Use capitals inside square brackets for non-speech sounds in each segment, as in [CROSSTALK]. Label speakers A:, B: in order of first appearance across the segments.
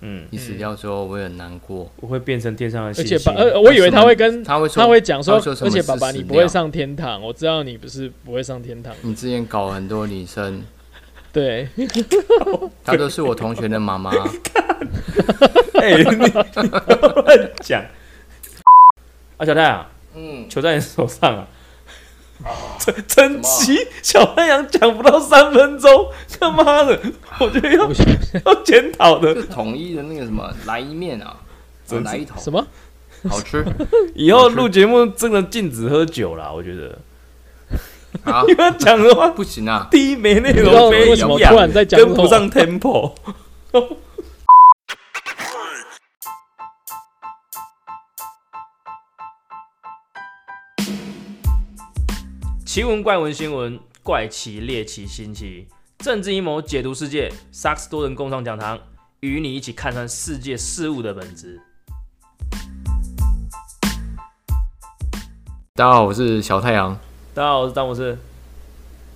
A: 嗯，
B: 你死掉之后，我也很难过。
A: 我会变成天上的
C: 而
A: 星
C: 且
A: 星。
C: 爸，呃，我以为他会跟
B: 他会说
C: 他会讲说
B: 他会说，什
C: 而
B: 么
C: 且
B: 是
C: 爸爸
B: 死
C: 你不会
B: 掉
C: 上天堂，我知道你不是不会上天堂，
B: 你之前搞很多女生，
C: 对，
B: 她都是我同学的妈
A: [LAUGHS]
B: 妈。
A: 哎、你你不要乱讲。啊，小太阳，
B: 嗯，
A: 球在你手上啊！陈陈奇，小太阳讲不到三分钟，他妈的， [LAUGHS] 我觉得要
C: 我想
A: 要检讨的
B: 就。统一的那个什么来一面啊，
A: 真是
B: 来一桶，
C: 什么？
B: 好吃
A: [LAUGHS] 以后录节目真的禁止喝酒啦，我觉得。
B: 啊，
A: 因为讲的话，
B: 不行啊，
A: 第一没内
C: 不知道
A: 容，没
C: 为什么
A: 营养
C: 突然在讲
A: 跟
C: 这种
A: 不上 tempo。奇闻怪闻新闻，怪奇猎奇新奇，政治阴谋解读世界，萨克斯多人共创讲堂，与你一起看穿世界事物的本质。
B: 大家好，我是小太阳。
A: 大家好，我是詹姆斯。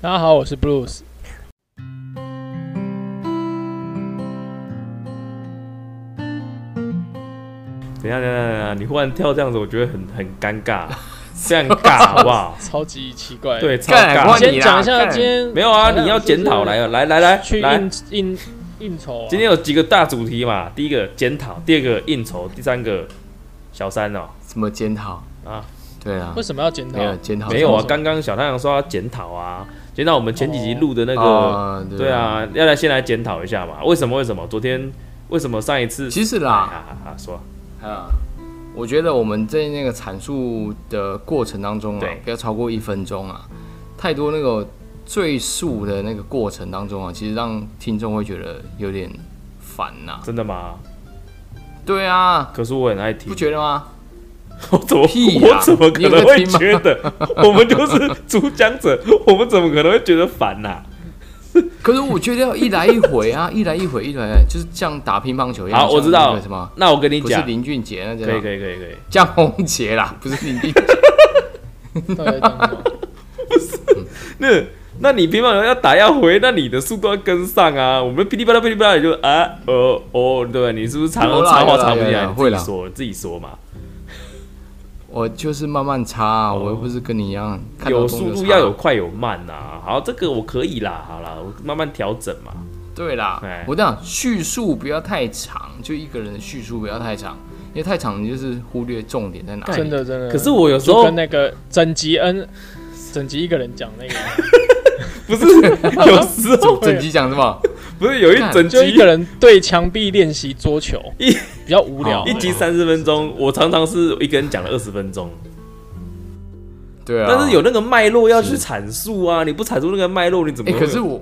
C: 大家好，我是 Bruce。
A: 等一下，等一下，等一下，你忽然跳这样子，我觉得很很尴 [LAUGHS] 尬，这样尬好不好？
C: 超级奇怪。，
A: 对，超
B: 干
A: 尬
B: 换。
C: 先
B: 你啦
C: 讲一下
B: 干
C: 今天
A: 没有啊，
C: 好像
A: 你要
C: 就是
A: 检讨来了，来来来
C: 去
A: 来
C: 应，应应酬啊、
A: 今天有几个大主题嘛？第一个检讨，第二个应酬，第三个小三哦、
B: 什么检讨
A: 啊？
B: 对啊
C: 为，什么要检讨
B: 没？有检讨，
A: 没有
C: 好
A: 啊，
C: 像
A: 刚刚小太阳说要检讨啊，检讨我们前几集录的那个，
B: 啊
A: 对，啊，要来先来检讨一下嘛？为什么？为什么？昨天为什么上一次？
B: 其实
A: 啊
B: 啦，
A: 啊啊！说
B: 啊，我觉得我们在那个阐述的过程当中啊
A: 对，
B: 不要超过一分钟啊，太多那个赘述的那个过程当中啊，其实让听众会觉得有点烦呐、
A: 真的吗？
B: 对啊，
A: 可是我很爱听
B: 不，觉得吗？
A: [LAUGHS] 我怎么、
B: 屁
A: 我
B: 啦
A: 怎么可
B: 你有
A: 能
B: 在
A: 会
B: 听吗
A: 觉得？ [LAUGHS] 我们就是主讲者，我们怎么可能会觉得烦啊呐、
B: 可是我觉得要一来一回
A: [LAUGHS]
B: 啊，一来一回，一来一回，就是像打乒乓球一样。
A: 好，我知道
B: 什么？？
A: 那我跟你
B: 不是啊
A: 讲，
B: 林俊杰那
A: 可以
B: 叫
A: 可以可以可以。
B: 江宏杰啦，不是林俊杰。
C: 到底在讲什么
A: 那那你乒乓球要打要回，那你的速度要跟上啊！我们噼里啪啦噼里啪啦，你就啊呃哦，对，你是不是常
B: 有啦
A: 插
B: 有
A: 话
B: 啦
A: 插不
B: 有
A: 进
B: 啦
A: 来？你自
B: 会
A: 己
B: 啦
A: 说，你自己说嘛。
B: 我就是慢慢擦、啊，
A: 哦
B: 我又不是跟你一样，看到
A: 有
B: 动
A: 速
B: 就
A: 度
B: 插
A: 要有。快有慢呐、好，这个我可以啦，好啦，我慢慢调整嘛。
B: 对啦
A: 哎，
B: 我这样叙述不要太长，就一个人的叙述不要太长，因为太长你就是忽略重点在哪
C: 真
B: 里。
C: 的真的。
A: 可是我有时
C: 就
A: 候
C: 跟那个整集恩整集一个人讲那个，
A: 不
B: [LAUGHS]
A: 是有时候
B: 整集讲什么？
A: 不是有一
B: 干
A: 整
C: 就一
A: 集
C: 个人对墙壁练习桌球，
A: [LAUGHS] 一哦
C: 比较无聊。
A: 一
B: 啊
A: 集三十分钟，我常常是一个人讲了二十分钟，
B: 对啊。
A: 但是有那个脉络要去
B: 是
A: 阐述啊，你不阐述那个脉络，你怎么
B: 哎、可
A: 会？
B: 是我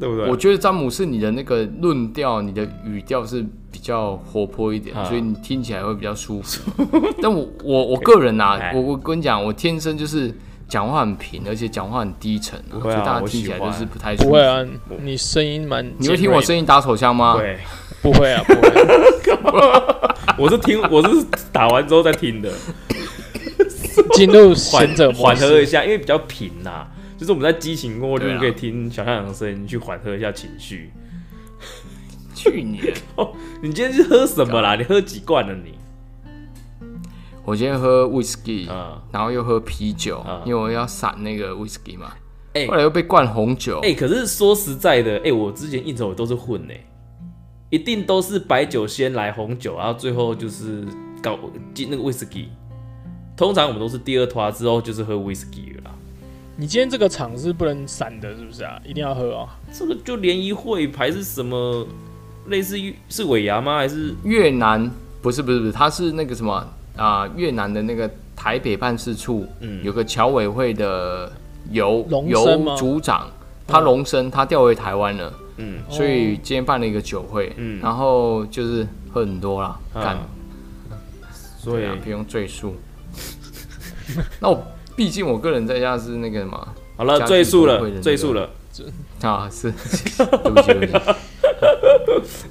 A: 对不对？
B: 我觉得詹姆斯你的那个论调、你的语调是比较活泼一点，
A: 啊
B: 所以你听起来会比较舒
A: [LAUGHS]
B: 服。但我我我个人啊
A: 哎，
B: 我我跟你讲，我天生就是讲话很平，而且讲话很低沉、
A: 不
B: 所
A: 会啊
B: 以大家
A: 我
B: 听
A: 喜
B: 起来
A: 欢
B: 就是不太舒服。
C: 不会啊，你声音蛮
B: 你会听我声
C: 音？
B: 音打手枪吗？
A: 对。
C: 不会啊，不会。
A: 我是听，我是打完之后再听的，
C: 进入
A: 缓
C: 贤者模
A: 缓和一
C: 式，
A: 下，因为比较平呐、就是我们在激情过后，就
B: 对啊
A: 是可以听小太阳的声音去缓和一下情绪。
B: 去你的！
A: 你今天是喝什么
B: 啊
A: 啦？你喝几罐了你？
B: 我今天喝 whisky，、
A: 啊、
B: 然后又喝啤酒，
A: 啊
B: 因为我要散那个 whisky 嘛。
A: 哎
B: 后来又被灌红酒。
A: 哎、可是说实在的，哎、我之前应酬我都是混哎、一定都是白酒先来红酒，然后最后就是搞进那个 whisky。通常我们都是第二团之后就是喝 whisky 了啦。
C: 你今天这个场是不能散的，是不是啊？一定要喝啊！
A: 这个就联谊会还是什么，类似于是尾牙吗？还是
B: 越南不是不是不是，它是那个什么啊、越南的那个台北办事处，
A: 嗯
B: 有个侨委会的游
C: 龙
B: 游
C: 生吗
B: 组长，他龙生，他调回台湾了，
A: 嗯
B: 所以今天办了一个酒会，
A: 嗯
B: 然后就是喝很多啦，干、
A: 啊，所以
B: 对啊，不用赘述。 [LAUGHS] 那我毕竟我个人在家是那个什么
A: 好了，
B: 家庭
A: 赘述
B: 不会的
A: 了，
B: 那
A: 赘
B: 个
A: 述了。
B: 啊，是， [LAUGHS] 对不起对不起。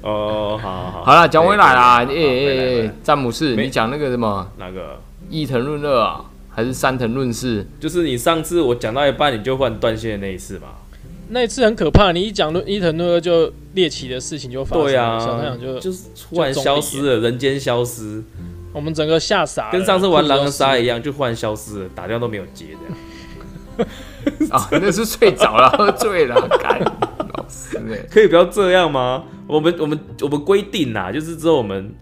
A: 哦，好好
B: 好了，讲回来啦，哎
A: 对对
B: 哎
A: 对回来回
B: 哎
A: 来，
B: 詹姆斯，
A: 没
B: 你讲那个什么
A: 那个
B: 伊藤润二啊，还是三藤润四？
A: 就是你上次我讲到一半你就换断线的那一次嘛，
C: 那一次很可怕，你一讲伊藤润二就猎奇的事情就发生了，
A: 对啊
C: 小太阳就
A: 就是突然消失了，人间消失，
C: 我们整个吓傻了，
A: 跟上次玩狼人杀一
C: 样。
A: 样，就忽然消失了，打电话都没有接这样。
B: 啊， [LAUGHS] 那是睡着了，喝醉了， [LAUGHS] 干老师哎、
A: 可以不要这样吗？我们我们我们规定啦，就是之后我们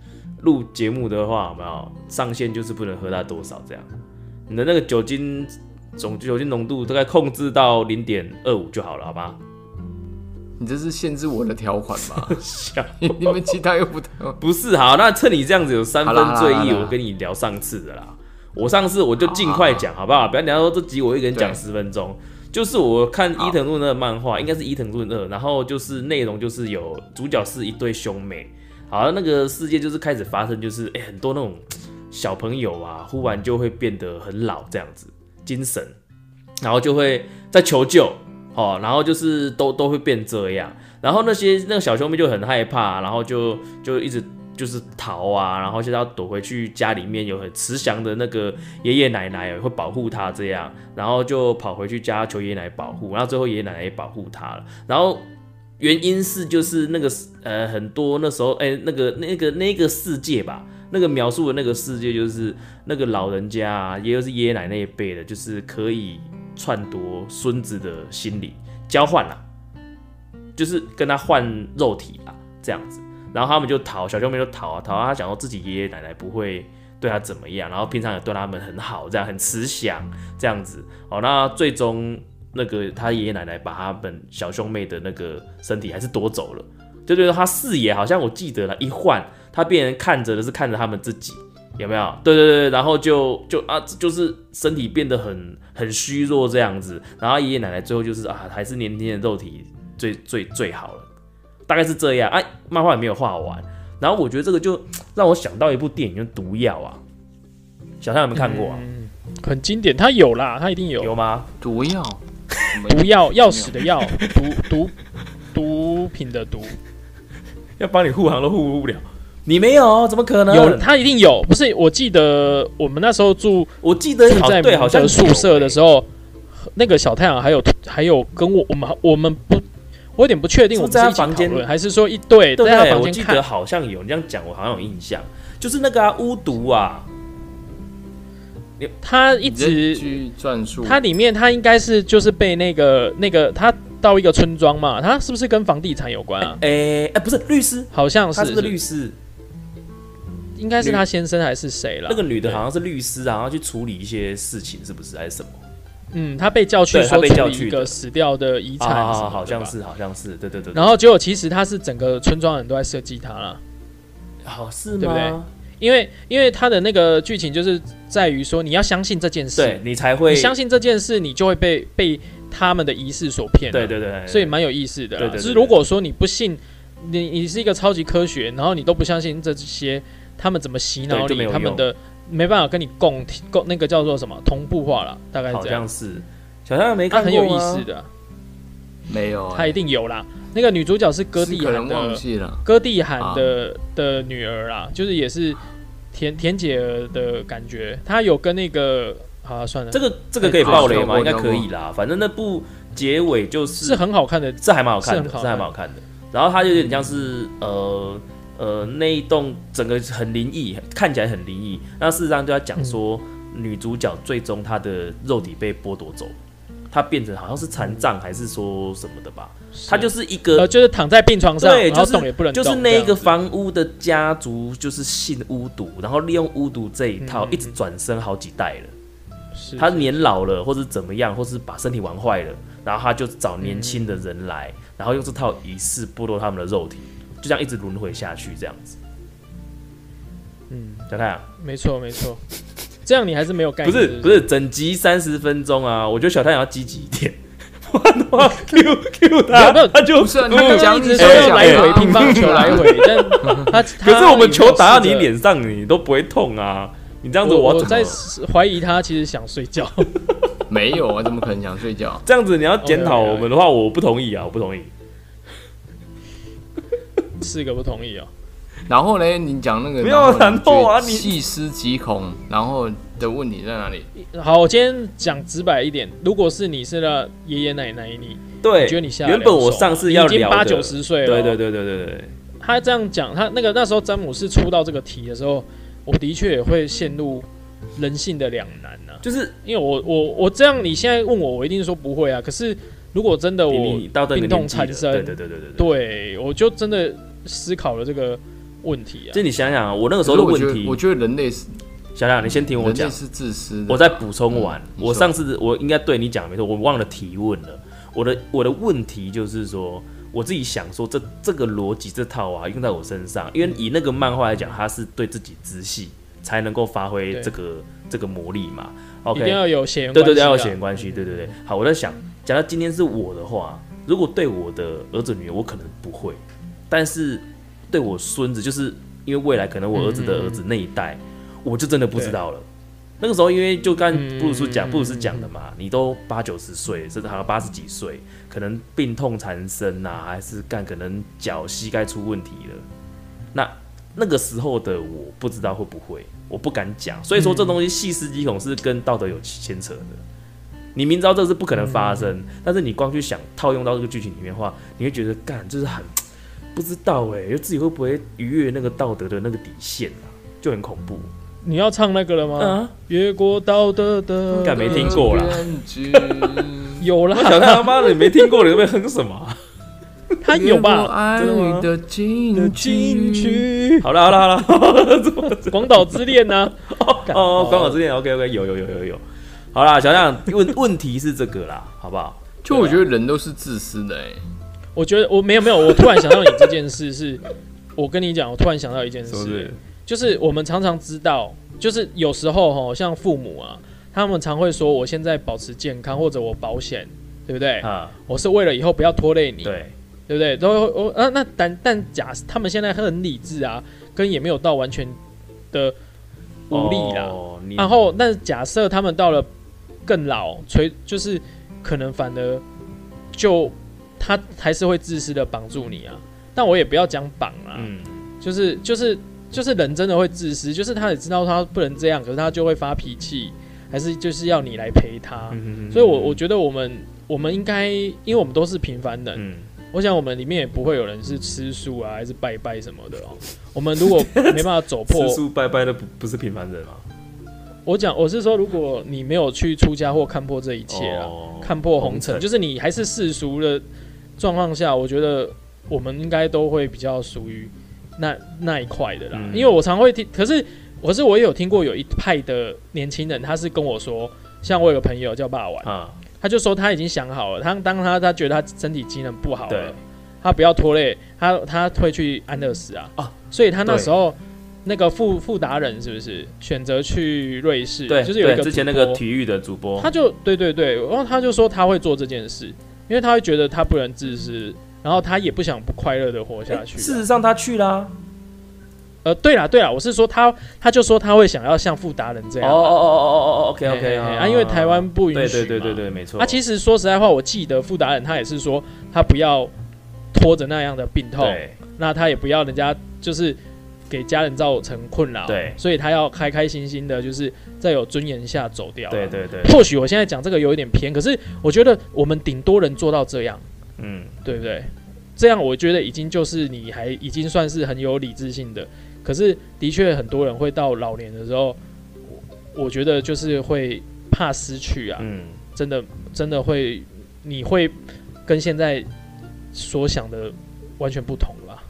A: 录节目的话，有没有上限就是不能喝到多少这样。你的那个酒精总酒精浓度大概控制到零点二五就好了，好吗？
B: 你这是限制我的条款吧？
A: 笑
B: 你你们其他又不懂，
A: 不是好，那趁你这样子有三分
B: 好啦
A: 醉
B: 好啦
A: 意，
B: 好啦
A: 我跟你聊上次的啦。我上次我就尽快讲好不好？不要聊到这集我一个人讲
B: 对
A: 十分钟。就是我看伊藤润二的漫画，应该是伊藤润二，然后就是内容就是有主角是一对兄妹，好，那个世界就是开始发生，就是哎、很多那种小朋友啊，忽然就会变得很老这样子，精神，然后就会在求救，哦，然后就是都都会变这样，然后那些那个小兄妹就很害怕，然后就就一直就是逃啊，然后现在要躲回去家里面有很慈祥的那个爷爷奶奶会保护他这样，然后就跑回去家求爷爷奶奶保护，然后最后爷爷奶奶也保护他了，然后原因是就是那个呃很多那时候哎、那个那个那个世界吧，那个描述的那个世界就是那个老人家啊，也就是爷爷奶奶一辈的，就是可以篡夺孙子的心理交换啦、就是跟他换肉体啦这样子，然后他们就逃，小兄妹就逃啊逃啊，他想说自己爷爷奶奶不会。对他怎么样，然后平常也对他们很好，这样很慈祥，这样子哦。那最终那个他爷爷奶奶把他们小兄妹的那个身体还是夺走了，就觉得他视野好像我记得了，一换他变成看着的是看着他们自己，有没有？对对对，然后就就啊，就是身体变得很很虚弱这样子，然后爷爷奶奶最后就是啊，还是年轻的肉体最最最好了，大概是这样。哎、漫画也没有画完，然后我觉得这个就让我想到一部电影，就是《毒药》啊，小象有没有看过啊？
C: 很经典，他有啦，他一定有。
A: 有吗？
B: 毒药，什么
C: 毒药，钥匙的药，毒毒毒品的毒，
A: 要帮你护航都护不了，你没有？怎么可能？
C: 有他一定有。不是，我记得我们那时候住
A: 我记得
C: 住
A: 好
C: 在
A: 哦对，好像欸
C: 的宿舍的时
A: 候，
C: 候，那个小太阳还有还有跟我我们我们不，我有点不确定
A: 是
C: 我
A: 不
C: 们
A: 是在他
C: 是一起讨
A: 房间
C: 论，还是说一对
A: 对
C: 在
A: 不
C: 他
A: 对？
C: 房
A: 我
C: 间
A: 记
C: 看
A: 得好像有，你这样讲我好像有印象，就是那个啊巫毒啊，
C: 他一
B: 你这
C: 直
B: 句转述，
C: 它里面它应该是就是被那个那个他到一个村庄嘛，他是不是跟房地产有关啊？
A: 哎哎不是律师，
C: 好像
A: 他
C: 是，
A: 是不是律师？
C: 应该是他先生还是谁了？
A: 那个女的好像是律师啊，然后去处理一些事情，是不是还是什么？
C: 嗯，他被叫去
A: 对他
C: 说
A: 被
C: 处
A: 叫
C: 理
A: 去
C: 一个
A: 的
C: 死掉的遗产
A: 啊，
C: 什么的
A: 好像
C: 吧。
A: 是，好像是，对对对。对
C: 然后结果其实他是整个村庄人都在设计他啦，
A: 好是
C: 对不对
A: 吗？
C: 因为因为他的那个剧情就是在于说你要相信这件
A: 对
C: 事，
A: 你才会
C: 你相信这件事，你就会被被他们的仪式所骗啊。
A: 对对对对，
C: 所以蛮有意思的啦。
A: 对对对
C: 就是如果说你不信，你你是一个超级科学，然后你都不相信这些，他们怎么洗脑
A: 对就没
C: 你，
A: 有
C: 他们
A: 用
C: 的没办法跟你共体共那个叫做什么同步化了，大概是
A: 好
C: 这样。
A: 像是小象没
C: 他
A: 看
C: 很
A: 过
C: 有
A: 吗
C: 意思，的，
B: 没有、
A: 哦
B: 啊
C: 他一定有啦。那个女主角是哥
B: 是
C: 地
B: 可
C: 喊
B: 能忘
C: 的，
B: 记了。
C: 哥地
A: 啊
C: 喊的的女儿啦，就是也是田田姐儿的感觉。她有跟那个好啊，算了，
A: 这
C: 个
A: 个这个可以爆雷吗？
B: 哎
A: 应该可以啦，反正那部结尾就是
C: 是很好看的，
A: 这还蛮好看的，
C: 是很好看
A: 这还蛮好看的。然后它有点像是呃呃那一栋整个很灵异，看起来很灵异，那事实上就在讲说、
C: 嗯
A: 女主角最终她的肉体被剥夺走，她变成好像是残障还是说什么的吧，她就是一个
C: 呃就是躺在病床上，
A: 对
C: 然后
A: 就是
C: 动也不能动，
A: 就是
C: 这
A: 那
C: 样
A: 个
C: 子
A: 房屋的家族就是信巫毒，然后利用巫毒这一套
C: 嗯
A: 一直转生好几代了。
C: 是
A: 他年老了，或是怎么样，或是把身体玩坏了，然后他就找年轻的人来，
C: 嗯
A: 然后用这套仪式剥夺他们的肉体，就这样一直轮回下去，这样子。
C: 嗯。
A: 小太阳，
C: 没错，没错。这样你还是没有概
A: 不
C: 念。
A: 是不
C: 是，
A: 是，整集三十分钟啊，我觉得小太阳要积极一点， [LAUGHS] 不然的话 Q Q 他，
C: 没有
A: 他就
B: 不是啊你
C: 他
B: 刚
C: 刚
B: 刚
C: 刚一
B: 一直
C: 直说
B: 说
A: 哎
C: 要
B: 要来
C: 来回
B: 回
C: 乒
B: 乒
C: 乓
B: 乓
C: 球
B: 球
C: 来
B: 来
C: 回，但他
A: [LAUGHS] 可是我们球打到你，
C: 他有试着
A: 脸上，你都不会痛啊，你这样子
C: 我
A: 要怎
C: 在
A: 么？
C: 怀疑他其实想睡觉。 [LAUGHS]
B: 没有啊，怎么可能想睡觉？
A: 这样子你要检讨
C: OK，OK，OK
A: 我们的话，我不同意啊，我不同意。
C: 四个不同意哦，
B: 然后呢，你讲那个
A: 没有啊然后啊
B: 你
A: 你
B: 觉得细思极恐，然后的问题在哪里？
C: 好，我今天讲直白一点，如果是你是那爷爷奶奶，你
A: 对，
C: 你觉得你下
A: 哎
C: 得
A: 原
C: 了
A: 本我
C: 手
A: 上
C: 吗
A: 次
C: 你
A: 要
C: 已经
A: 聊
C: 八
A: 的
C: 九十岁了，
A: 对对对对对对，
C: 他这样讲，他那个那时候詹姆斯出到这个题的时候，我的确也会陷入人性的两难呐、
A: 就是
C: 因为我我我这样，你现在问我，我一定说不会啊。可是如果真的
A: 你
C: 我
A: 你到这个
C: 病痛
A: 年纪了，
C: 缠身
A: 对对对对对对。
C: 对我就真的思考了这个问题啊
A: 就。你想想啊，我那个时
B: 可
A: 候
B: 是
A: 的
B: 我
A: 问
B: 觉得，我
A: 题，
B: 觉得人类是
A: 想想你先听我
B: 人类
A: 讲，
B: 是自私的。
A: 我再补充完。
B: 嗯你
A: 我
B: 说
A: 上次我应该对你讲没错，我忘了提问了。我的我的问题就是说，我自己想说这这个逻辑这套啊，用在我身上，因为以那个漫画来讲，它是对自己知系才能够发挥
C: 对
A: 这个这个魔力嘛。
C: 一
A: OK，
C: 定要有血缘
A: 对
C: 关
A: 对
C: 系啊，
A: 对，要有血缘关系，对对对。好，我在想，假如今天是我的话，如果对我的儿子女儿，我可能不会，但是对我孙子，就是因为未来可能我儿
C: 嗯
A: 子的儿子那一代，我就真的不知道了。那个时候，因为就刚布鲁斯讲，布鲁斯讲的嘛，你都八九十岁，甚至好像八十几岁，可能病痛缠身呐、还是干可能脚膝盖出问题了。那那个时候的我不知道会不会，我不敢讲。所以说这东西细思极恐是跟道德有牵扯的。你明知道这是不可能发生，但是你光去想套用到这个剧情里面的话，你会觉得干就是很不知道哎、就自己会不会逾越那个道德的那个底线啊，就很恐怖。
C: 你要唱那个了吗？
A: 啊，
C: 越过道德的，
A: 应该没听过啦。
C: 有
A: 我 [LAUGHS] 想
C: 啦，
A: 他妈的你没听过，你在那边哼什
C: [LAUGHS]
A: 么啊？
C: 他有
B: 越过
A: [LAUGHS] 嗯
C: 吧？
B: 爱
A: 真的吗
B: 的
C: 的
B: 禁
C: 禁
B: 区。
C: 区，
A: 好了好了好了，
C: 广岛之恋啊呢？
A: [LAUGHS] 哦，刚好之前 OK OK 有有有有有，好啦，想想问问题是这个啦，好不好？
B: 就我觉得人都是自私的、欸，
C: 我觉得我没有没有，我突然想到你这件事是，我跟你讲，我突然想到一件
A: 是不是
C: 事，？就是我们常常知道，就是有时候哈，像父母啊，他们常会说我现在保持健康或者我保险，对不对？
A: 啊，
C: 我是为了以后不要拖累哎你，
A: 对，
C: 对不对？都会我啊，那但但假他们现在很理智啊，跟也没有到完全的无力啦。
A: 哦你
C: 然后，那假设他们到了更老，垂就是可能反而就他还是会自私的绑住你啊。但我也不要讲绑啊，
A: 嗯，
C: 就是就是就是人真的会自私，就是他也知道他不能这样，可是他就会发脾气，还是就是要你来陪他。
A: 嗯
C: 所以我我觉得我们我们应该，因为我们都是平凡人，
A: 嗯，
C: 我想我们里面也不会有人是吃素啊，还是拜拜什么的哦。我们如果没办法
A: [LAUGHS]
C: 走破
A: 吃素拜拜的不不是平凡人啊吗？
C: 我讲，我是说，如果你没有去出家或看破这一切啊，
A: 哦
C: 看破红
A: 红
C: 尘，
A: 尘
C: 就是你还是世俗的状况下，我觉得我们应该都会比较属于那那一块的啦。
A: 嗯
C: 因为我常会听，可是可是我也有听过有一派的年轻人，他是跟我说，像我有个朋友叫霸王，
A: 啊，
C: 他就说他已经想好了，他当他他觉得他身体机能不好
A: 对
C: 了，他不要拖累，他他会去安乐死啊。
A: 啊
C: 所以他那
A: 对
C: 时候那个富富达人是不是选择去瑞士？
A: 对，
C: 就是有一
A: 对
C: 个
A: 之前那
C: 主播
A: 个体育的主播
C: 他，就对对对，然后他就说他会做这件事，因为他会觉得他不能自私，然后他也不想不快乐的活下去啊。
A: 事实上他去啦，
C: 呃，对啦对啦，我是说他他就说他会想要像富达人这
A: 哦哦
C: 样。
A: 哦哦哦哦哦，OK
C: 啊嘿嘿
A: OK
C: 嘿啊，因为台湾不允
A: 对
C: 许
A: 对对
C: 嘛
A: 对对，没错，
C: 啊，其实说实在话，我记得富达人他也是说他不要拖着那样的病痛，
A: 对
C: 那他也不要人家就是给家人造成困扰，
A: 对
C: 所以他要开开心心的，就是在有尊严下走掉。
A: 对。对对，
C: 或许我现在讲这个有一点偏，可是我觉得我们顶多人做到这样，
A: 嗯，
C: 对不对？这样我觉得已经就是你还已经算是很有理智性的，可是的确很多人会到老年的时候，我我觉得就是会怕失去啊，
A: 嗯，
C: 真的真的会，你会跟现在所想的完全不同吧？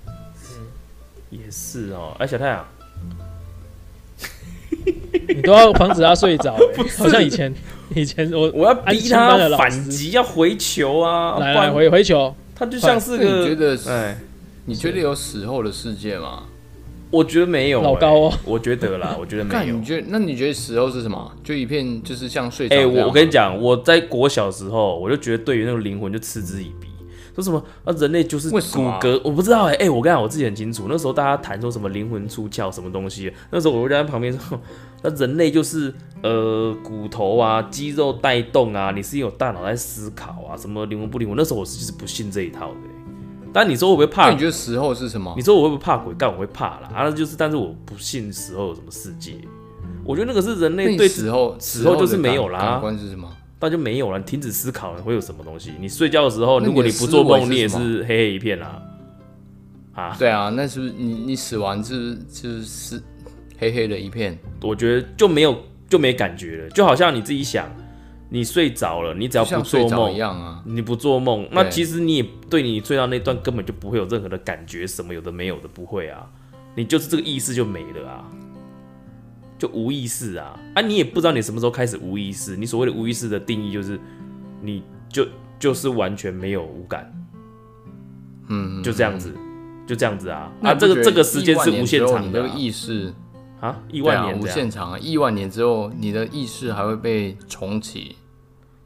A: 也是哦，哎，小太阳，
C: 你都要防止他睡着、欸好像以前以
A: [LAUGHS]
C: 前我
A: 我要
C: 安
A: 逼
C: 亲班的
A: 他
C: 老
A: 反
C: 师
A: 击，要回球啊，
C: 来
A: 不然
C: 来回回球，
A: 他就像是
B: 那你觉
A: 个，
B: 得、
A: 哎，
B: 你觉得有死后的世界吗？
A: 我觉得没有
C: 老
A: 哎
C: 高哦，
A: 我觉得啦，我觉得
B: 那
A: 没有
B: 你。觉得那你觉得死后是什么？就一片就是像睡着
A: 哎、
B: 这样吗。
A: 我我跟你讲，我在国小时候，我就觉得对于那个灵魂就嗤之以鼻，说什么啊，人类就是骨
B: 为什么啊
A: 骼，我不知道哎、哎、我跟你讲，我自己很清楚，那时候大家谈说什么灵魂出窍什么东西，那时候我就在旁边说， [LAUGHS] 那人类就是呃骨头啊、肌肉带动啊，你是有大脑在思考啊，什么灵魂不灵魂，那时候我是就是不信这一套的、哎但你说我会不会怕？
B: 那你觉得死后是什么
A: 你？说我会不会怕鬼？但我会怕啦，啊，就是，但是我不信死后有什么世界。我觉得那个是人
B: 那
A: 类
B: 你
A: 对
B: 死后
A: 死后就是没有啦 [LAUGHS]
B: 感感官是什么？
A: 但就没有了，你停止思考会有什么东西？你睡觉的时候，
B: 那
A: 如果
B: 你
A: 你
B: 的
A: 不做
B: 思
A: 梦，
B: 维
A: 你也
B: 是什么
A: 是黑黑一片啦、啊。
B: 对啊，那是不是你你死完是不是就是黑黑的一片？
A: 我觉得就没有就没感觉了，就好像你自己想，你睡着了，你只要
B: 就像
A: 不做
B: 睡着一
A: 梦，
B: 样啊。
A: 你不做梦，那
B: 对
A: 其实你也对你睡到那段根本就不会有任何的感觉，什么有的没有的不会啊，你就是这个意识就没了啊，就无意识啊，啊你也不知道你什么时候开始无意识，你所谓的无意识的定义就是你就就是完全没有无感，
B: 嗯，
A: 就这样子，就这样子啊，
B: 那
A: 啊
B: 你
A: 这
B: 不
A: 个
B: 觉得
A: 这个时间是无限
B: 亿万
A: 长
B: 年之后
A: 的啊
B: 你的意识
A: 啊，一
B: 一
A: 万年
B: 无
A: 这样。
B: 限长啊，亿万年之后你的意识还会被重启。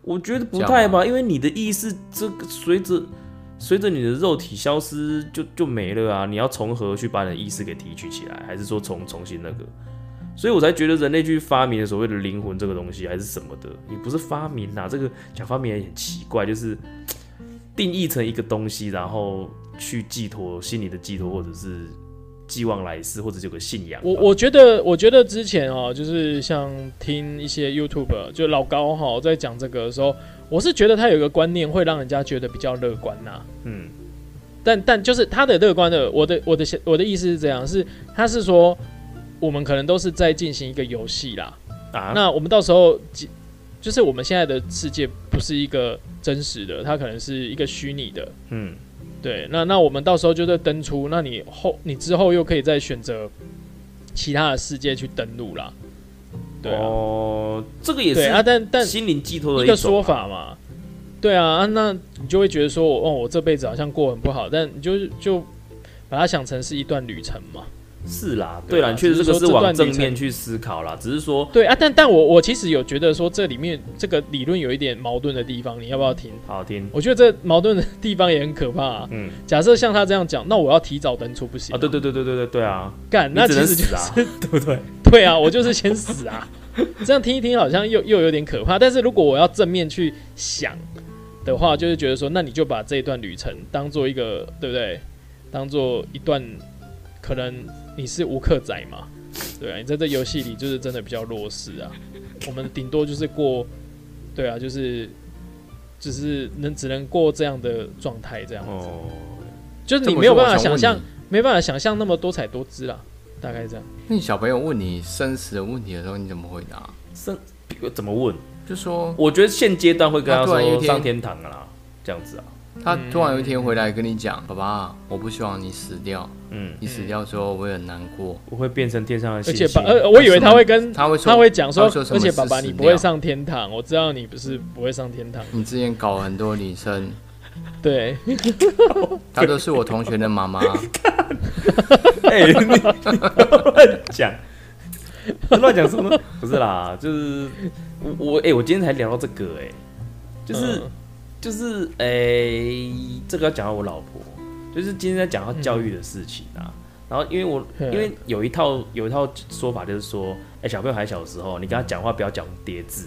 A: 我觉得不
B: 这样啊
A: 太
B: 吗
A: 吧，因为你的意识这个随着随着你的肉体消失就就没了啊！你要从何去把你的意识给提取起来，还是说重重新那个？所以我才觉得人类去发明了所谓的灵魂这个东西，还是什么的，也不是发明啊。这个讲发明也很奇怪，就是嘖定义成一个东西，然后去寄托心理的寄托，或者是寄望来世，或者是有个信仰吧。啊
C: 我我觉得，我觉得之前哦，就是像听一些 YouTube 就老高哈、在讲这个的时候，我是觉得他有一个观念会让人家觉得比较乐观呐、
A: 嗯
C: 但但就是他的乐观的，我的我的想我的意思是这样，是他是说我们可能都是在进行一个游戏啦，
A: 啊，
C: 那我们到时候即就是我们现在的世界不是一个真实的，它可能是一个虚拟的，
A: 嗯
C: 对，那那我们到时候就在登出，那你后你之后又可以再选择其他的世界去登录啦。对啊，
A: 哦，这个也
C: 对啊，
A: 是
C: 但但
A: 心灵寄托的
C: 一个
A: 种啊
C: 说法嘛，对啊，啊那你就会觉得说，哦，我这辈子好像过得很不好，但你就就把它想成是一段旅程嘛。
A: 是啦，
C: 对
A: 对
C: 啊
A: 啦，你确实
C: 只是
A: 这个
C: 说
A: 是
C: 这
A: 往
C: 段
A: 正
C: 历
A: 面
C: 程
A: 去思考啦，只是说
C: 对啊，但但我我其实有觉得说这里面这个理论有一点矛盾的地方，你要不要听？
A: 好听
C: 我觉得这矛盾的地方也很可怕、啊。
A: 嗯，
C: 假设像他这样讲，那我要提早登出不行
A: 啊，对对对对对对对啊，
C: 干，
A: 你
C: 那
A: 只
C: 其
A: 能
C: 实就 [LAUGHS]
A: 死
C: 是、
A: 啊，对不对？
C: 对啊，我就是先死啊。这样听一听好像又又有点可怕，但是如果我要正面去想的话，就是觉得说，那你就把这一段旅程当做一个，对不对？当做一段可能你是无克仔嘛，对啊，你在这游戏里就是真的比较弱势啊。我们顶多就是过，对啊，就是只、是能只能过这样的状态，这样子，
A: 哦，
C: 就是
B: 这
C: 你
B: 么
C: 没有
B: 说我
C: 办法
B: 想
C: 想
B: 问
C: 象
B: 你，，
C: 没办法想象那么多彩多姿啦，大概这样。
B: 那你小朋友问你生死的问题的时候，你怎么回答？
A: 生怎么问？
B: 就说
A: 我觉得现阶段会跟
B: 那
A: 他
B: 突然有一
A: 说
B: 天
A: 上天堂了啦，这样子啊，
B: 他突然有一天回来跟你讲：“爸爸，我不希望你死掉，
A: 嗯，
B: 你死掉之后我会很难过。
A: 我会变成天上的
C: 而
A: 星
C: 且
A: 星
C: 爸，，呃，我以为他会跟
B: 他会说
C: 他会讲说
B: 他会说，什
C: 而
B: 么
C: 且爸爸
B: 是死
C: 你不会
B: 掉
C: 上天堂，我知道你不是不会上
B: [LAUGHS]
C: 天堂，
B: 你之前搞很多女生，
C: 对，
B: 她都是我同学的
A: [LAUGHS]
B: 妈妈。
A: 哎，你 [LAUGHS] 乱讲，乱讲什么呢？不是啦，就是我我哎，我今天才聊到这个哎，就是
C: 嗯
A: 就是诶、这个要讲到我老婆，就是今天在讲到教育的事情啊。然后因为我
C: 嗯
A: 因为有一套有一套说法，就是说，哎、小朋友还小的时候，你跟他讲话不要讲叠字，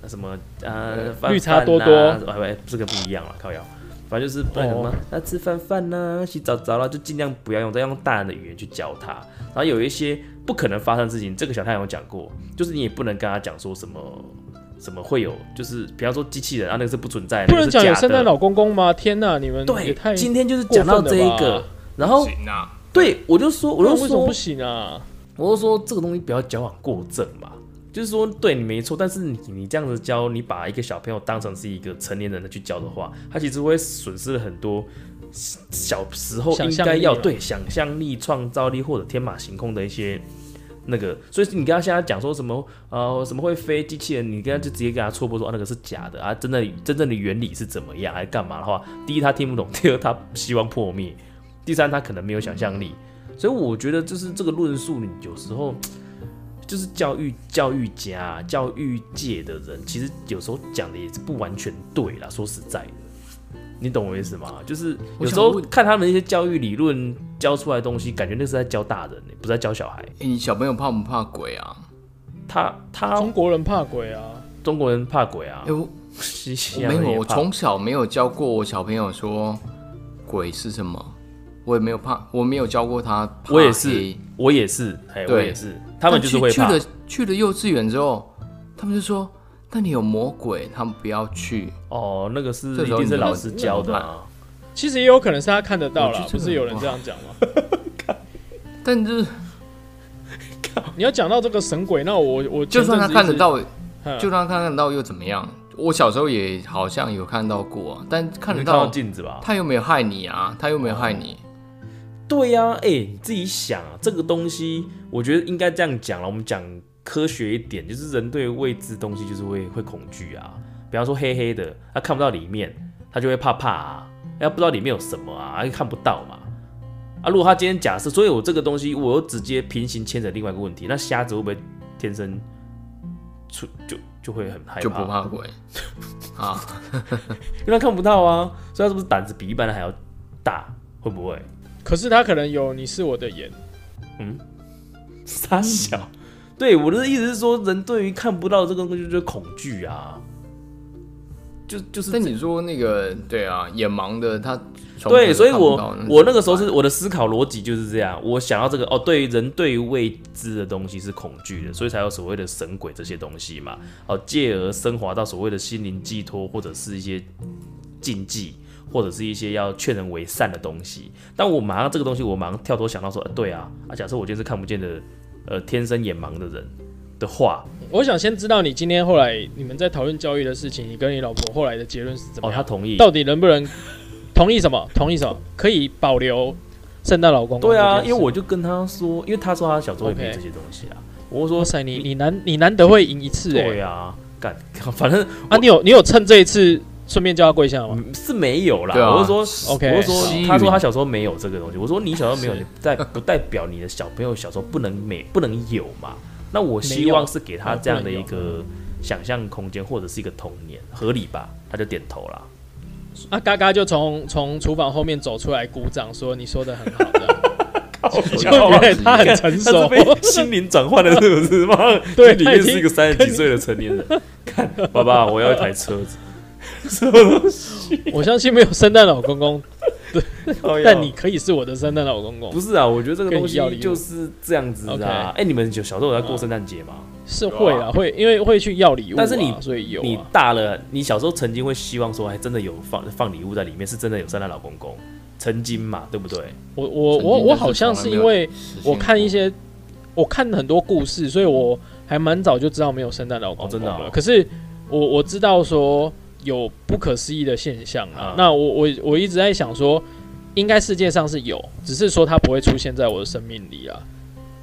A: 呃什么呃，饭
C: 嗯绿茶多
A: 饭啊哎、哎这个不一样了，靠谣。反正就是不然什么
C: 哦，
A: 那、吃饭饭呐，洗澡澡啦，就尽量不要用，再用大人的语言去教他。然后有一些不可能发生的事情，这个小太阳有讲过，就是你也不能跟他讲说什么什么会有，就是比方说机器人啊，那个是不存在的，
C: 不能讲
A: 那个
C: 有
A: 是假
C: 圣
A: 的
C: 诞老公公吗？天哪，你们也
A: 对
C: 太，
A: 今天就是讲到这一
C: 过分了
A: 个
C: 吧，
A: 然后
B: 行啊，
A: 对我就说，我
C: 不然
A: 就
C: 为什么
A: 说
C: 不，行啊？
A: 我就说这个东西不要矫枉过正嘛，就是说对你没错，但是你你这样子教，你把一个小朋友当成是一个成年人的去教的话，他其实会损失了很多小时候
C: 想
A: 应
C: 象
A: 该
C: 力啊
A: 要
C: 嘛
A: 对想象力、创造力或者天马行空的一些。那个，所以你跟他现在讲说什么呃什么会飞机器人，你跟他就直接跟他戳破说啊那个是假的啊，真的真正的原理是怎么样，还干嘛的话，第一他听不懂，第二他希望破灭，第三他可能没有想象力，所以我觉得就是这个论述，你有时候就是教育教育家、教育界的人，其实有时候讲的也是不完全对啦。说实在的，你懂我意思吗？就是有时
B: 我想
A: 候
B: 问
A: 看他们一些教育理论教出来的东西，感觉那是在教大人、欸，不是在教小孩。
B: 诶你小朋友怕不怕鬼啊？
A: 他他
C: 中国人怕鬼啊，
A: 中国人怕鬼啊
B: 哎、，我
A: 西
B: 我
A: 西洋
B: 没
A: 人
B: 有，
A: 也
B: 我
A: 怕
B: 从小没有教过我小朋友说鬼是什么，我也没有怕，我没有教过他怕黑。
A: 我也是，我也是，哎，我
B: 对
A: 也是，他们就是会
B: 但
A: 怕
B: 去去。了去了幼稚园之后，他们就说但你有魔鬼，他们不要去。
A: 哦，那个是
B: 这
A: 一
B: 时候
A: 定是
B: 你们
A: 老师教的啊。
C: 其实也有可能是他看得到
B: 我觉
C: 啦
B: 得，
C: 不是有人
B: 哇
C: 这样讲吗？ [LAUGHS]
B: 但就是
C: 你要讲到这个神鬼，那我我
B: 就算他看得，到，
C: 嗯
B: 就算他看得到又怎么样？我小时候也好像有看到过、啊，但看得
A: 你会看到
B: 到，
A: 镜子吧？
B: 他又没有害你啊，他又没有害你。
A: 对呀、哎、你自己想啊，这个东西，我觉得应该这样讲了。我们讲科学一点，就是人对未知东西就是会会恐惧啊。比方说黑黑的，他看不到里面，他就会怕怕啊，他不知道里面有什么啊，他看不到嘛。啊，如果他今天假设，所以我这个东西，我又直接平行牵扯另外一个问题，那瞎子会不会天生出就就会很哦害怕？
B: 就不怕
A: [LAUGHS]
B: 鬼啊？
A: 因为他看不到啊，所以他是不是胆子比一般人还要大？会不会？
C: 可是他可能有你是我的眼，
A: [LAUGHS] 傻小。对我的意思是说，人对于看不到这个东西就是恐惧啊，就就是
B: 但你说那个对啊，眼盲的他从
A: 对，
B: 小
A: 所以
B: 看不
A: 我
B: 到那
A: 我那个时候
B: 怎
A: 是
B: 么
A: 我的思考逻辑就是这样，我想到这个哦，对于人对于未知的东西是恐惧的，所以才有所谓的神鬼这些东西嘛，哦，借而升华到所谓的心灵寄托或者是一些禁忌。或者是一些要劝人为善的东西，但我马上这个东西，我马上跳脱想到说，呃对啊，啊，假设我今天是看不见的，呃，天生眼盲的人的话，
C: 我想先知道你今天后来你们在讨论交易的事情，你跟你老婆后来的结论是怎么
A: 哦，他
C: 样？
A: 同意。
C: 到底能不能同意什么？ [LAUGHS] 同意什么？可以保留圣诞老公公
A: 对啊，
C: 这件事
A: 因为我就跟他说，因为他说他小时候也没有
C: OK
A: 这些东西啊。我
C: 哇
A: 说
C: 塞，你你难你难得会赢一次哎、
A: 对啊，干， [LAUGHS] 反正
C: 啊，你有你有趁这一次顺便叫他跪下吗？
A: 嗯是没有啦。
B: 对啊
A: 我就说
C: OK
A: 我就
B: 西
A: 说，
B: 语
A: 他说他小时候没有这个东西。我说你小时候没有，
B: 是
A: 你代不代表你的小朋友小时候不能没不能有嘛？那我希
C: 没有
A: 望是给他
C: 哦
A: 这样
C: 不
A: 的
C: 能
A: 一
C: 有
A: 个想象空间，或者是一个童年，合理吧？他就点头啦。
C: 啊，嘎嘎就从从厨房后面走出来，鼓掌说你说的很好
A: [LAUGHS]
C: 的，
B: 我
C: 就
B: 觉得
C: 觉得他很成
A: 他啊是
C: 熟。
A: 被心灵转换的，是不是？妈，
C: 哦 [LAUGHS]
A: [LAUGHS]
C: 对
A: 里
C: 他
A: 面
C: 已
A: 是一
C: 经
A: 个三十几岁的成年人。看，爸爸，我要一台车
C: [LAUGHS]
A: 子。什么东西？
C: 我相信没有圣诞老公
A: [LAUGHS]
C: 公，
A: 靠腰
C: 但你可以是我的圣诞老公公
A: 哎不。是啊？我觉得这个东西
C: 跟你要礼物
A: 就是这样子的啊。哎、你们小小时候有在过圣诞节吗？
C: 是会啦，会因为会去要礼物
A: 啊
C: 啊、
A: 但是你
C: 所以啊有、
A: 你
C: 啊、
A: 大了，你小时候曾经会希望说，哎，真的有放放礼物在里面，是真的有圣诞老公公，曾经嘛，对不对？
C: 我我
B: 曾经
C: 我我
B: 但是
C: 好像
B: 从
C: 是
B: 来没
C: 因
B: 有
C: 为
B: 实现
C: 我看一
B: 过
C: 些我看很多故事，所以我还蛮早就知道没有圣诞老公
A: 哦
C: 公
A: 真
C: 了。
A: 的哦
C: 可是我我知道说有不可思议的现象啊。
A: 啊
C: 那我我我一直在想说，应该世界上是有，只是说它不会出现在我的生命里啊。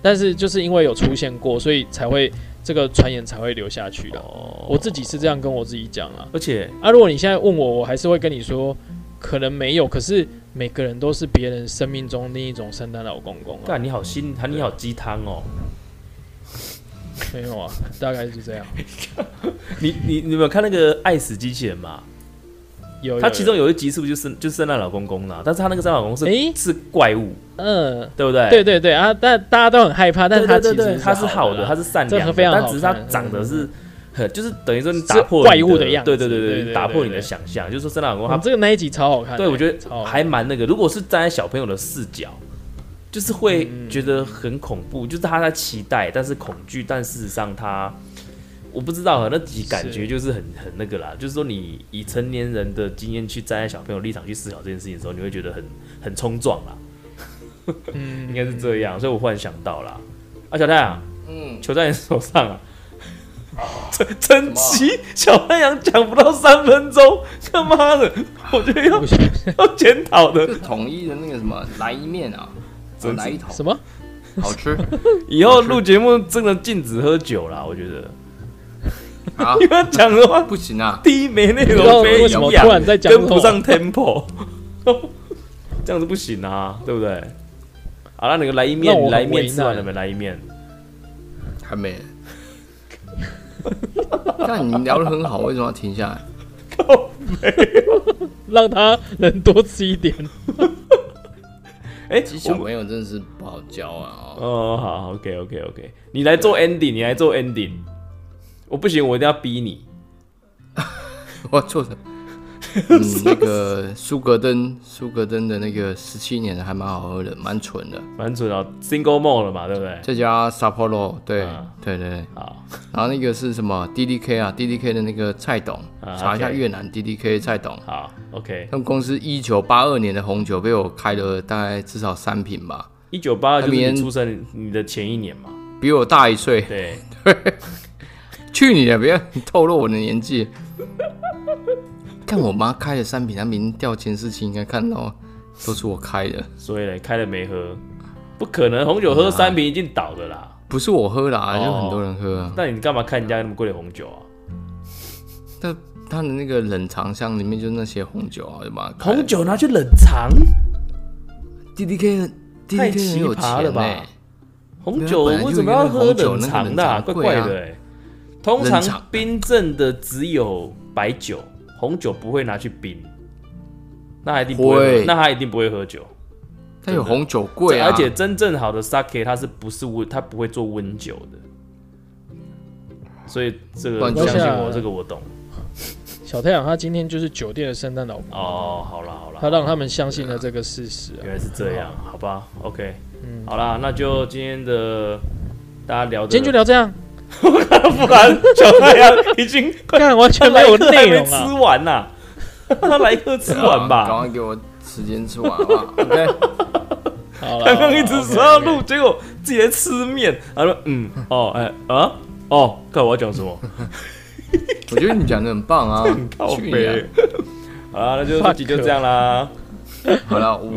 C: 但是就是因为有出现过，所以才会这个传言才会留下去啊。
A: 哦
C: 我自己是这样跟我自己讲啊。
A: 而且
C: 啊，如果你现在问我，我还是会跟你说，可能没有，可是每个人都是别人生命中另一种圣诞老公公啊，
A: 干，你好心，你好鸡汤哦。
C: 没有啊，大概是这样。
A: 你你你有没有看那个《爱死机器人》嘛？
C: 有，
A: 它其中有一集是不是就是就是圣诞老公公啦？但是他那个圣诞老公是、
C: 诶
A: 是怪物，
C: 嗯，
A: 对不对？
C: 对对对啊，但大家都很害怕，但
A: 对
C: 他
A: 对
C: 其
A: 对
C: 实
A: 对，他是好
C: 好啊
A: 的，
C: 啦
A: 他是善
C: 这
A: 良的，
C: 个非常
A: 但
C: 好
A: 只是他
C: 看
A: 长得
C: 嗯
A: 是很，就是等于说你
C: 是
A: 打破
C: 怪
A: 你
C: 物的样
A: 对
C: 子
A: 对
C: 对
A: 对
C: 对对
A: 打破你
C: 对
A: 的想象，就是说圣诞老公
C: 我们
A: 他，
C: 这个那一集超好看的，
A: 对我觉
C: 超好
A: 得
C: 看
A: 还蛮那个，如果是站在小朋友的视角，就是
C: 嗯
A: 会觉得很恐怖，就是他在期待，但是恐惧，但事实上他。我不知道啊，那集感觉
C: 是
A: 就是很很那个啦，就是说你以成年人的经验去站在小朋友立场去思考这件事情的时候，你会觉得很很冲撞啦，
C: 嗯
A: 应该是这样，所以我忽然想到啦。啊，小太阳，
B: 嗯，
A: 球在你手上啊！ [LAUGHS] 真真奇，小太阳讲不到三分钟，他妈的，我觉得要
C: 我想
A: 要检讨的
B: 就。统一的那个什么来一面啊，
A: 真是
B: 来一桶
C: 什么？
B: 好
A: [LAUGHS]
B: 吃
A: 以后录节目真的禁止喝酒啦，我觉得，
B: 啊
A: 因，为讲的话
B: 不行啊，
A: 第一没内
C: 不知道
A: 容，没
C: 为什么
A: 营
C: 突
A: 养，
C: 然在讲
A: 跟
C: 这
A: 不
C: 种
A: 上 tempo，这样子不行啊，对不对？好了，那个来一
C: 那
A: 面，
C: 我很
A: 来一面
C: 为
A: 吃完了
C: 难
A: 没？来一面，
B: 还没。但你聊得很好，为什么要停下来？
C: 让他能多吃一点。
A: 哎
B: 其实，小
A: 我们
B: 朋友真的是不好教啊、哦。
A: 哦，好，OK OK OK，你来做 ending，你来做 ending，我不行，我一定要逼你。
B: [LAUGHS] 我做的嗯，那个苏格登，苏格登的那个十七年的还蛮好喝的，蛮纯的，
A: 蛮准啊，single malt 了嘛，对不对？
B: 再加 Sapporo，对、
A: 啊
B: 对对对，
A: 好，
B: 然后那个是什么 DDK 啊？DDK 的那个蔡董，
A: 啊
B: 查一下
A: OK
B: 越南 DDK 蔡董，
A: 好，OK。
B: 他们公司一九八二年的红酒被我开了大概至少三瓶吧，
A: 一九八二
B: 他
A: 就是
B: 明天
A: 你出生你的前一年嘛，
B: 比我大一岁。
A: 对，
B: 去你的，不要透露我的年纪。看我妈开了三瓶，她明天掉监视器应该看到，啊都是我开的，
A: 所以呢开了没喝，不可能红酒喝三瓶一定倒的啦。
B: 不是我喝的啊，
A: 哦
B: 就很多人喝啊。
A: 那你干嘛看人家那么贵的红酒啊？
B: 但她的那个冷藏箱里面就是那些红酒啊，我就把它开了
A: 红酒拿去冷藏，
B: D D K ，D
A: 太
B: D K 很有
A: 奇葩了
B: 钱
A: 吧
B: 欸
A: 红酒
B: 对啊本来就
A: 为什么要喝
B: 因为那个
A: 冷
B: 红酒那个
A: 藏
B: 冷
A: 的、
B: 藏
A: 啊？怪怪的
B: 贵
A: 哎、通
B: 冷
A: 常
B: 藏
A: 冰镇的只有白酒，红酒不会拿去冰，那他一定不会喝
B: 会，
A: 那他一定不会喝酒。
B: 但有红酒贵啊，
A: 而且真正好的 sake 它是不是温，它不会做温酒的，所以这个
B: 不然
A: 相
B: 就
A: 信
C: 像
A: 我，这个我懂。
C: 小太阳他今天就是酒店的圣诞老婆，
A: 哦，好啦好
C: 他
A: 啦，
C: 让他们相信了这个事实啊。
A: 原来是这样，好吧，OK，好
B: 嗯
A: 啦，那就今天的大家聊的，
C: 今天就聊这样，
A: 不然小太阳已经快
C: 干完全没有内容
A: 他来一颗还没
C: 啊！
A: 吃完呐、让他来一颗吃完
B: 啊赶
A: 吧。
B: 快给我时间吃完好不好？OK，
C: 好了，
A: 刚刚一直 [LAUGHS]
C: 好啦
A: 说要录，结果自己在吃面，他说嗯，哦，哎、啊，哦，看我要讲什么，
B: 我觉得你讲的很棒啊，
A: 靠
B: 去你啊
A: 背！。好啦，那就这集就这样啦。
B: 好了，五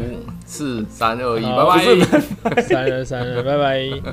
B: 四三二一，
C: 好
B: 拜拜。
C: 三人三人，拜拜。